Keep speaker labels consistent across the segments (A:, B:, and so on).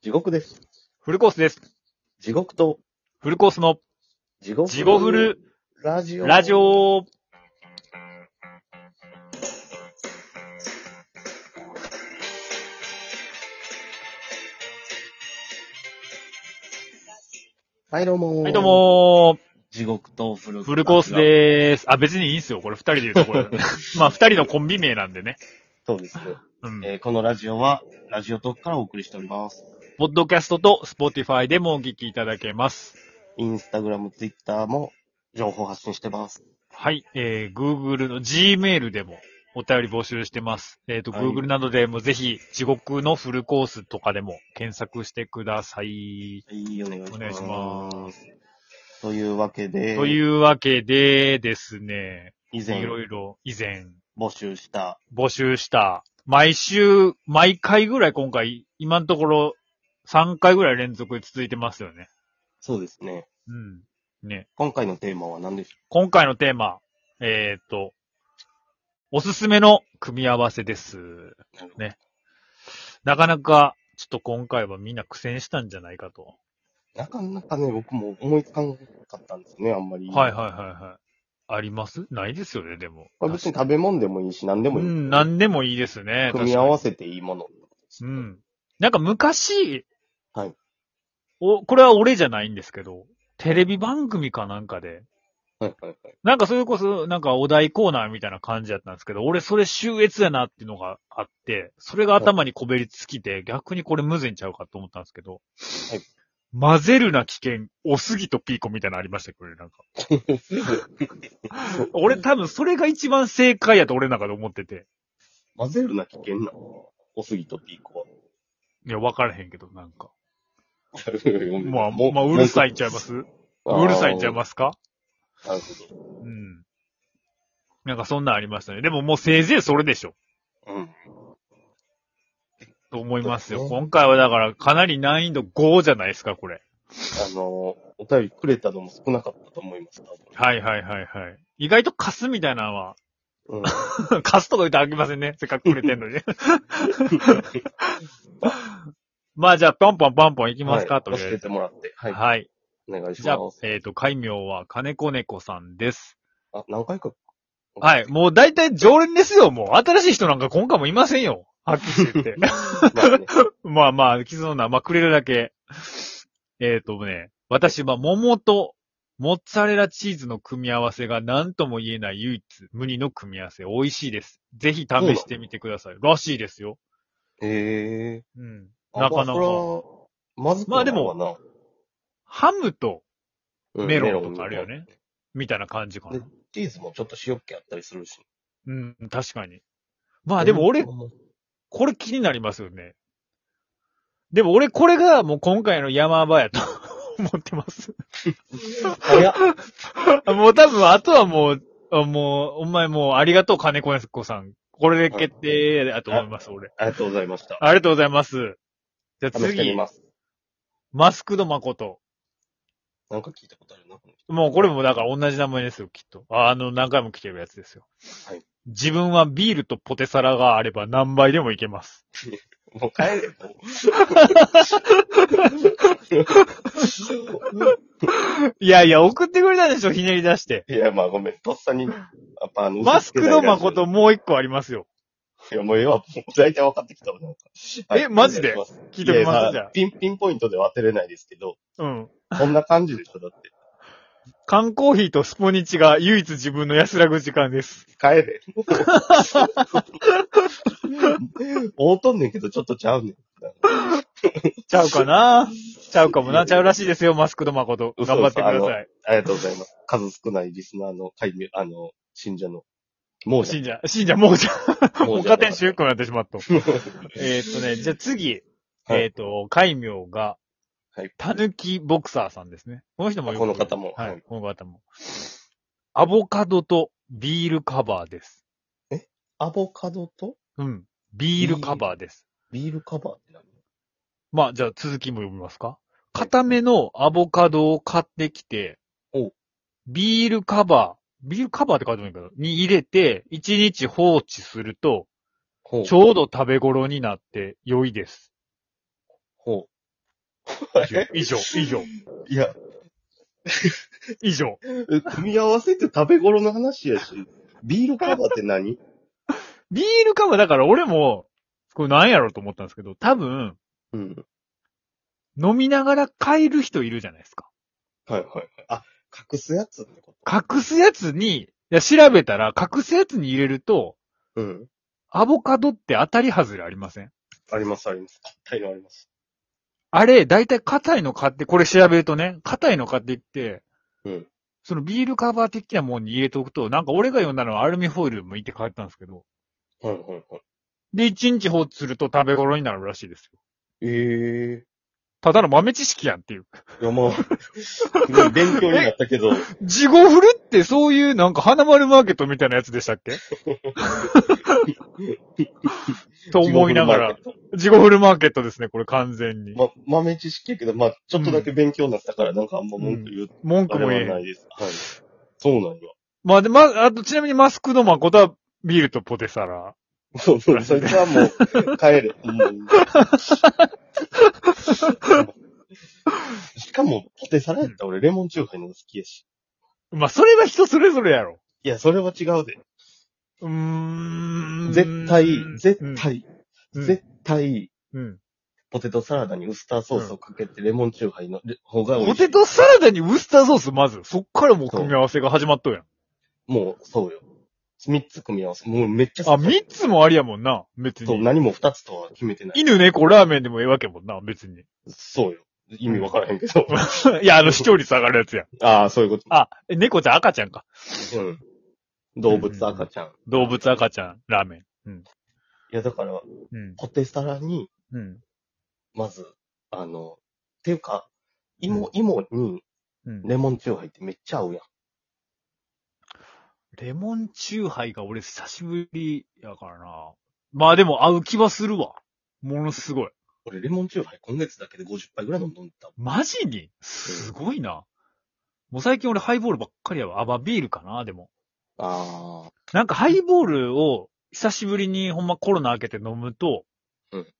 A: 地獄です。
B: フルコースです。
A: 地獄と、
B: フルコースの
A: 地獄。
B: ジゴフル
A: ラジオ。
B: ラジ。オ。
A: はい、どうも。
B: はい、どう。も
A: 地獄とフル
B: ー。フルコース
A: す。
B: でーす。あ、別にいいんすよ。これ二人で言うとこ ろ。まあ、二人のコンビ名なんでね。
A: そうですね。
B: うん。
A: えーこのラジオは、ラジオトークからお送りしております。
B: ポッドキャストとスポティファイでもお聞きいただけます。
A: インスタグラム、ツイッターも、情報発信してます。
B: はい。えー、Google の Gmail でもお便り募集してます。えっ、と、
A: はい
B: Google などでもぜひ、地獄のフルコースとかでも検索してください。
A: はい、お願いします。。
B: お願いします
A: というわけで、
B: というわけでですね、
A: 以
B: い
A: 前
B: ろいろ以前
A: 募集した、
B: 募集した。毎週、毎回ぐらい今回、今のところ3回ぐらい連続で続いてますよね。
A: そうですね。
B: うん。ね。
A: 今回のテーマは何でしょ
B: 今回のテーマ、えーっと、おすすめの組み合わせです。
A: うなるほど
B: ねなかなか、ちょっと今回はみんな苦戦したんじゃないかと。
A: なかなかね、僕も思いつかなかったんですね、あんまり。
B: はいはいはいはい。ありますないですよね、でも。
A: これ別に食べ物でもいいし、何でも
B: う
A: いい。
B: ん、何でもいいですね。
A: 組み合わ
B: せ。
A: せていいもの。
B: うん。なんか昔、
A: はい。
B: お、これは俺じゃないんですけど、テレビ番組かなんかで、
A: はいはいはい。
B: なんかそれこそ、なんかお題コーナーみたいな感じだったんですけど、俺それ秀逸やなっていうのがあって、それが頭にこべりつきて、逆にこれ無ぜんちゃうかと思ったんですけど、
A: はい
B: 混ぜるな危険、おすぎとピーコみたいなのありましたけどね、なんか。俺多分それが一番正解やと俺の中で思ってて。
A: 混ぜるな危険な。おすぎとピーコは。
B: いや、わからへんけど、なんか。まあ、
A: も。
B: まあ、うるさいんちゃいますうるさいんちゃいますすか
A: なるほ
B: うん。なんかそんなんありましたね。でももうせいぜいそれでしょ。
A: ど。うん。
B: と思いますよ。
A: そうですね
B: 今回はだからかなり難易度5じゃないですか、これ。
A: あの、お便りくれたのも少なかったと思います。多分
B: はいはいはいはい。意外と貸すみたいなのは、
A: うん。
B: 貸すとか言ってあげませんね。せっかくくれてんのに。 まあじゃあ、パンパンパンパンいきますか、とり
A: はい
B: あえ
A: 教え
B: ず。
A: てもらって。はい。
B: はい。
A: お願いし
B: じゃあ
A: ます、。
B: えっ、と、改名は金子猫さんです。
A: あ、何回か。
B: はい。もう大体常連ですよ、もう。新しい人なんか今回もいませんよ。はっきり言って。
A: まあね。
B: まあまあ、既存な、まあ、くれるだけ。えっ、とね、私は桃とモッツァレラチーズの組み合わせが何とも言えない唯一無二の組み合わせ。美味しいです。ぜひ試してみてください。らしいですよ。
A: へえ。
B: うん。
A: あ
B: なかなか。
A: そらまずくないわな、
B: ハムと
A: うん
B: メロンとかあるよ。ね。みたいな感じか
A: で
B: な。
A: チーズもちょっと塩っ気あったりするし。
B: うん、確かに。まあでも俺、
A: うん
B: これ気になりますよね。でも俺これがもう今回の山場やと 思ってます。
A: 早っ。
B: もう多分、あとはもう、あもう、お前もう、ありがとう、金子子さん。これで決定だと思います、俺。
A: ありがとうございました。
B: ありがとうございます。じゃあ
A: 試してみ
B: 次、
A: ます。
B: マスクド誠。
A: なんか聞いたことあるな、この人。
B: もうこれもだから同じ名前ですよ、きっと。ああの、何回も来てるやつですよ。
A: はい
B: 自分はビールとポテサラがあれば何倍でもいけます。
A: もう帰れ、も
B: いやいや、送ってくれたでしょ、ひねり出して。
A: う。いや、まあごめん。とっさに、やっぱあの、
B: マスクド誠
A: い
B: もう一個ありますよ。
A: や、もうええわ。もう大体分かってきたわ。なんか
B: えマジで
A: お願いします
B: 聞いてみ
A: い
B: ま
A: や
B: す、じゃあ。
A: ピン、ピンポイントでは当てれないですけど、
B: うん。
A: こんな感じでしょ、だって。
B: 缶コーヒーとスポニチが唯一自分の安らぐ時間です。
A: 帰 れ。おうとんねんけど、ちょっとちゃうねん。
B: ちゃうかなちゃうかもな。ちゃうらしいですよ、マスクドマコと。
A: 嘘
B: 頑張ってください。
A: ありがとうございます。数少ないリスナーの解明、あの、信者の、もう
B: 信者、信者、もうじゃ、もう加点
A: し
B: 主役になってしま った。えーっとね、じゃあ次、
A: はい
B: えーっと、海名が、
A: はい
B: たぬきボクサーさんですね。この人もよく
A: あこの方も
B: は
A: はい
B: い、この方も。アボカドとビールカバーです。
A: アボカドと
B: うん。ビールカバーです。
A: ビールカバーって何
B: まあ、じゃあ続きも読みますか。固めのアボカドを買ってきて
A: おう、
B: ビールカバー、ビールカバーって書いてもいいけど、に入れて、1日放置すると、
A: ほう
B: ちょうど食べ頃になって良いです。
A: ほ
B: 以上、以上、
A: いや、
B: 以上。
A: え組み合わせって食べ頃の話やし、ビールカバーって何
B: ビールカバーだから俺も、これなんやろうと思ったんですけど、多分、
A: うん。
B: 飲みながら帰る人いるじゃないですか。
A: はいはいはい。あ、隠すやつってこ
B: 隠すやつに、いや、調べたら、隠すやつに入れると、
A: とうん。
B: アボカドって当たり外れありません
A: ありますあります。硬いのあります。
B: あれ、だいたい硬いの買って、これ調べるとね、硬いの買っていって、
A: うん。
B: そのビールカバー的なもんに入れておくと、なんか俺が読んだのはアルミホイル剥いて帰ったんですけど、
A: はいはいはい。
B: で、一日放置すると食べ頃になるらしいですよ。
A: え
B: ただの豆知識やんっていう。
A: えいやまあ、すごい勉強になったけ ど、
B: ジゴフルってそういうなんか花丸マーケットみたいなやつでしたっ けと思いながら、ジゴフルマーケットですね、これ完全に。
A: ま、豆知識やけど、まあ、ちょっとだけ勉強になったから、なんかあんま文句言う、
B: 文句
A: あれ
B: も
A: は
B: 言えな。
A: ないいです。はい。そうなんよ。
B: まあで、ま、あとちなみにマスクのマコトはビールとポテサラ。
A: そうそう、そいつはもう、帰 れ。もうしかも、ポテサラやったら俺、レモンチューハイの方が好きやし。
B: まあ、それは人それぞれやろ。
A: いや、それは違うで。
B: うーん。
A: 絶対
B: うん、
A: 絶、対、
B: うん
A: 絶対、
B: うん。
A: ポテトサラダにウスターソースをかけてレモンチューハイのレ方が美味し
B: ポ
A: い。
B: テトサラダにウスターソース、まず。そっからもう組み合わせが始まっとる
A: もう、そうよ。三つ組み合わせ。もうめっちゃ
B: やん。あ、
A: 好き
B: 三つもありやもんな、別
A: そう、
B: に。
A: 何も二つとは決めてない。
B: 犬猫ラーメンでもええわけもんな、別に。
A: そうよ。意味わからへんけど。
B: いや、あの、視聴率上がるやつや。
A: ああ、そういうこと。
B: あ、え猫ちゃん赤ちゃんか。
A: うん。動物赤ちゃん。
B: 動物赤ちゃん、ラーメン。うん。
A: いや、だから、
B: うん。
A: ポテサラに、
B: うん。
A: まず、あの、っていうか、芋、芋に
B: うん、
A: レモンチューハイってめっちゃ合うやん。
B: レモンチューハイが俺久しぶりやからな。まあでも合う気はするわ。ものすごい。
A: 俺、レモンチューハイ今月だけで50杯ぐらい飲んだもん。
B: マジにすごいな。もう最近俺ハイボールばっかりやわ。あ、まあビールかな、でも。
A: ああ。
B: なんかハイボールを久しぶりにほんまコロナ明けて飲むと、
A: うん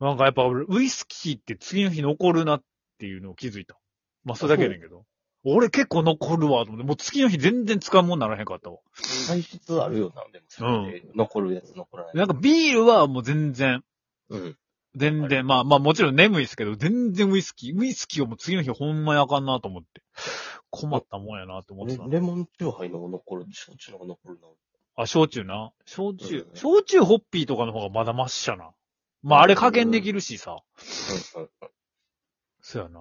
B: なんかやっぱ俺ウイスキーって次の日残るなっていうのを気づいた。まあそれだけやねんけど。俺結構残るわと思って、もう次の日全然使うもんならへんかったわ。
A: 体質あるよな、でも、
B: うん
A: 残るやつ残らない。
B: なんかビールはもう全然、
A: うん。
B: 全
A: は
B: 然、まあまあもちろん眠いですけど、全然ウイスキー、ウイスキーをもう次の日ほんまにあかんなと思って。困ったもんやなと思って
A: 俺
B: た。
A: レモンチューハイの方が残る、焼酎の方が残るな。
B: あ、焼酎な。焼酎、
A: うん
B: 焼酎ホッピーとかの方がまだマッシャな。まああれ加減できるしさ。
A: うんうんうん。
B: そうやな。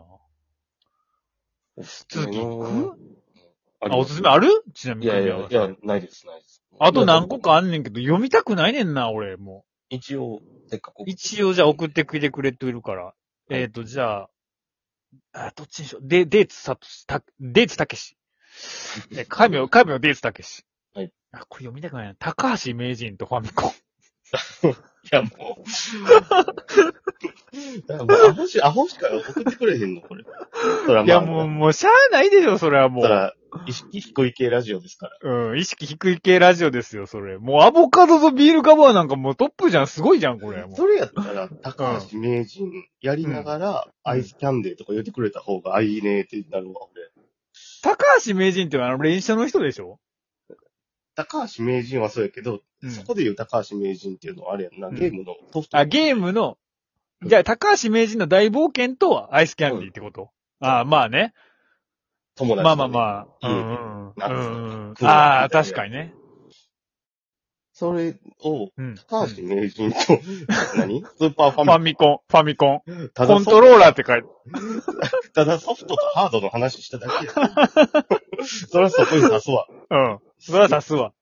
A: おすす
B: 続
A: め
B: き行
A: の
B: くあ、おすすめあるちなみ
A: い
B: に。
A: やいや、いや、ないです、ないです。
B: あと何個か
A: いや
B: あんねんけど、読みたくないねんな、
A: で
B: 俺、も
A: も一応、せっかく。
B: う。一応じゃあ送ってきてくれてるから。
A: い
B: えっ、ー、と、じゃあ、あ、どっちにしよう。で、デーツさとし、た、デーツたけ し。え、かみょ、かみょデーツたけし。
A: はい。
B: あ、これ読みたくないな。高橋名人とファミコン。
A: いや、 もう。だからもうアホし、アホしか送ってくれへんの、これ。そら
B: いや、もう、
A: う、
B: もう、しゃあないでしょ、それはも
A: そら
B: う。、
A: 意識低い系ラジオですから。
B: うん、意識低い系ラジオですよ、それ。もう、アボカドとビールカバーなんかもうトップじゃん、すごいじゃん、これ。もう
A: それやったら、高橋名人やりながら、アイスキャンデーとか言ってくれた方があいいねってなるわ、俺。
B: 高橋名人ってあの、連射の人でしょ
A: 高橋名人はそうやけど、
B: うん
A: そこで言う高橋名人っていうのはあれやんな、
B: うん
A: ゲームのソフト。
B: あ、ゲームの、じゃあ、高橋名人の大冒険とはアイスキャンディーってこと、ああ、まあね。
A: 友達、
B: まあまあまあ。う
A: うん
B: んうん。
A: な
B: う
A: るほど
B: んうん
A: そう
B: ああ、確かにね。
A: それを、
B: うん。フ
A: 高橋名人と、 何スーパーフ
B: ァ
A: ァミ
B: ミコン、ファミコン。
A: ただ
B: コン
A: ソ
B: トローラーって書いて。
A: ただソフトとハードの話しただけや。 そりゃ そこに出すわ。
B: うん。それはさすわ。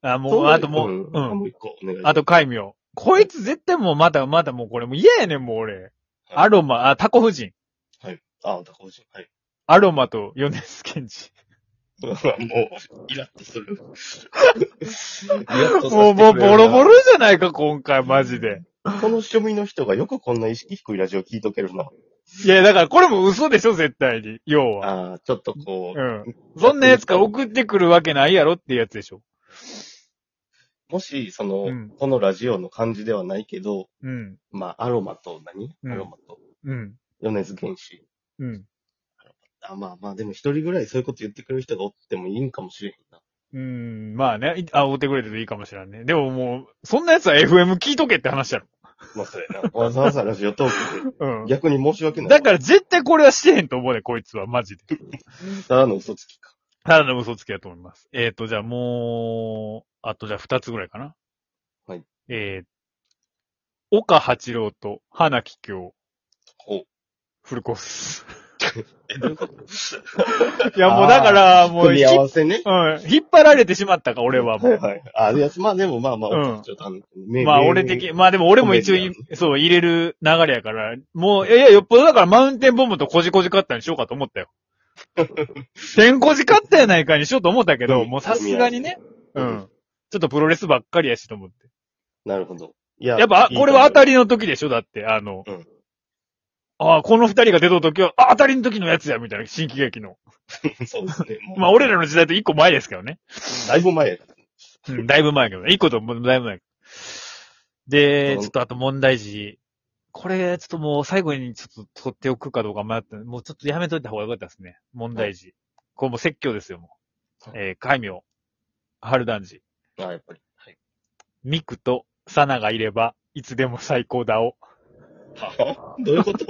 B: あ、もう、あともう、
A: んあ
B: うん。
A: もう一個お願いしま
B: あと、海名。こいつ絶対もうまた、またもうこれもう嫌やねん、もう俺。
A: はい
B: アロマ、あ、タコ夫人。
A: す。はい。あ、高橋。はい。
B: アロマと米津玄師。
A: も う、イラッとする。イラッとさせてくれるな
B: もう、もうボロボロじゃないか、今回、マジで。
A: この趣味の人がよくこんな意識低いラジオ聞いとけるな。
B: いや、だからこれも嘘でしょ、絶対に。要は。
A: ああ、ちょっとこう、
B: うん。そんなやつから送ってくるわけないやろってやつでしょ。
A: もし、その、
B: うん
A: このラジオの感じではないけど、
B: うん。
A: まあ、アロマと何、
B: うん
A: アロマと、
B: うん。
A: 米津玄師。
B: うん。
A: あまあまあ、でも一人ぐらいそういうこと言ってくれる人がおってもいいんかもしれへんな。
B: うん。まあね、いあ、おってくれてるいいかもしれんね。でももう、そんな奴は FM 聞いとけって話やろ。
A: まあ、そうやな。 わざわざラジオトーク
B: うん
A: で。。逆に申し訳ない。
B: だから絶対これはしてへんと思うね、こいつは、マジで。
A: ただの嘘つきか。
B: ただの嘘つきだと思います。えっ、ー、と、じゃあもう、あとじゃあ二つぐらいかな。
A: はい。
B: えー、岡八郎と花木京、
A: ほう。
B: フルコ ース。
A: え、どういうこと
B: いや、もうだから、もう
A: 組み
B: ひ、
A: 合わせね。
B: うん、引っ張られてしまったか、俺は も。
A: はいうはい。あ、いや、まあでもまあま
B: うん
A: あ、ちょっとあの、名
B: まあ、
A: 名
B: 俺的、まあでも俺も一応
A: コメディ
B: い、そう、入れる流れやから、もう、いやいや、よっぽどだからマウンテンボムとコジコジカッターにしようかと思っ たよ。テンコジカッターやないかにしようと思ったけど、
A: うん
B: もうさすがにね、う
A: うん
B: ん。ちょっとプロレスばっかりやしと思って。
A: なるほど。いや
B: やっぱ、これは当た
A: り。
B: りの時でしょだって、あの、
A: うん
B: ああ、この二人が出た時は、あ、当たりの時のやつや、みたいな、新喜劇の。
A: そうですね。もう
B: まあ、俺らの時代と一個前ですけどね。
A: だいぶ前やから。
B: うん、だいぶ前やけどね。一個ともだいぶ前。で、
A: うん
B: ちょっとあと問題児。これ、ちょっともう最後にちょっと取っておくかどうか迷った。もうちょっとやめといた方がよかったですね。問題児。これもう説教ですよ、もう。えー、海名。春団児。
A: あ、やっぱり。はい。
B: ミクとサナがいれば、いつでも最高だを。
A: は どういうこと
B: い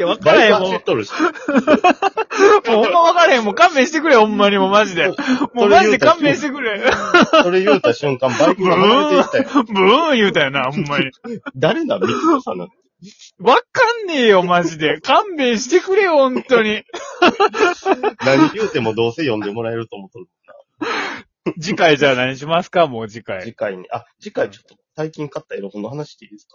B: や、わからへん、もう
A: 知っ。とるし。
B: もうほんま分からへん。もう勘弁してくれ、ほんまにもうマジ で。もうマジで勘弁してく れ。
A: それ言うた瞬間、バイクが離れていったよ。
B: ブーン言うたよな、ほんまに。
A: 誰だ、ミクさんなんて。
B: わかんねえよ、マジで。勘弁してくれよ、ほんとに。
A: 何言うてもどうせ読んでもらえると思っとる。
B: 次回じゃあ何しますか、もう次回。
A: 次回に。あ、次回ちょっと最近買ったエロ本の話していいですか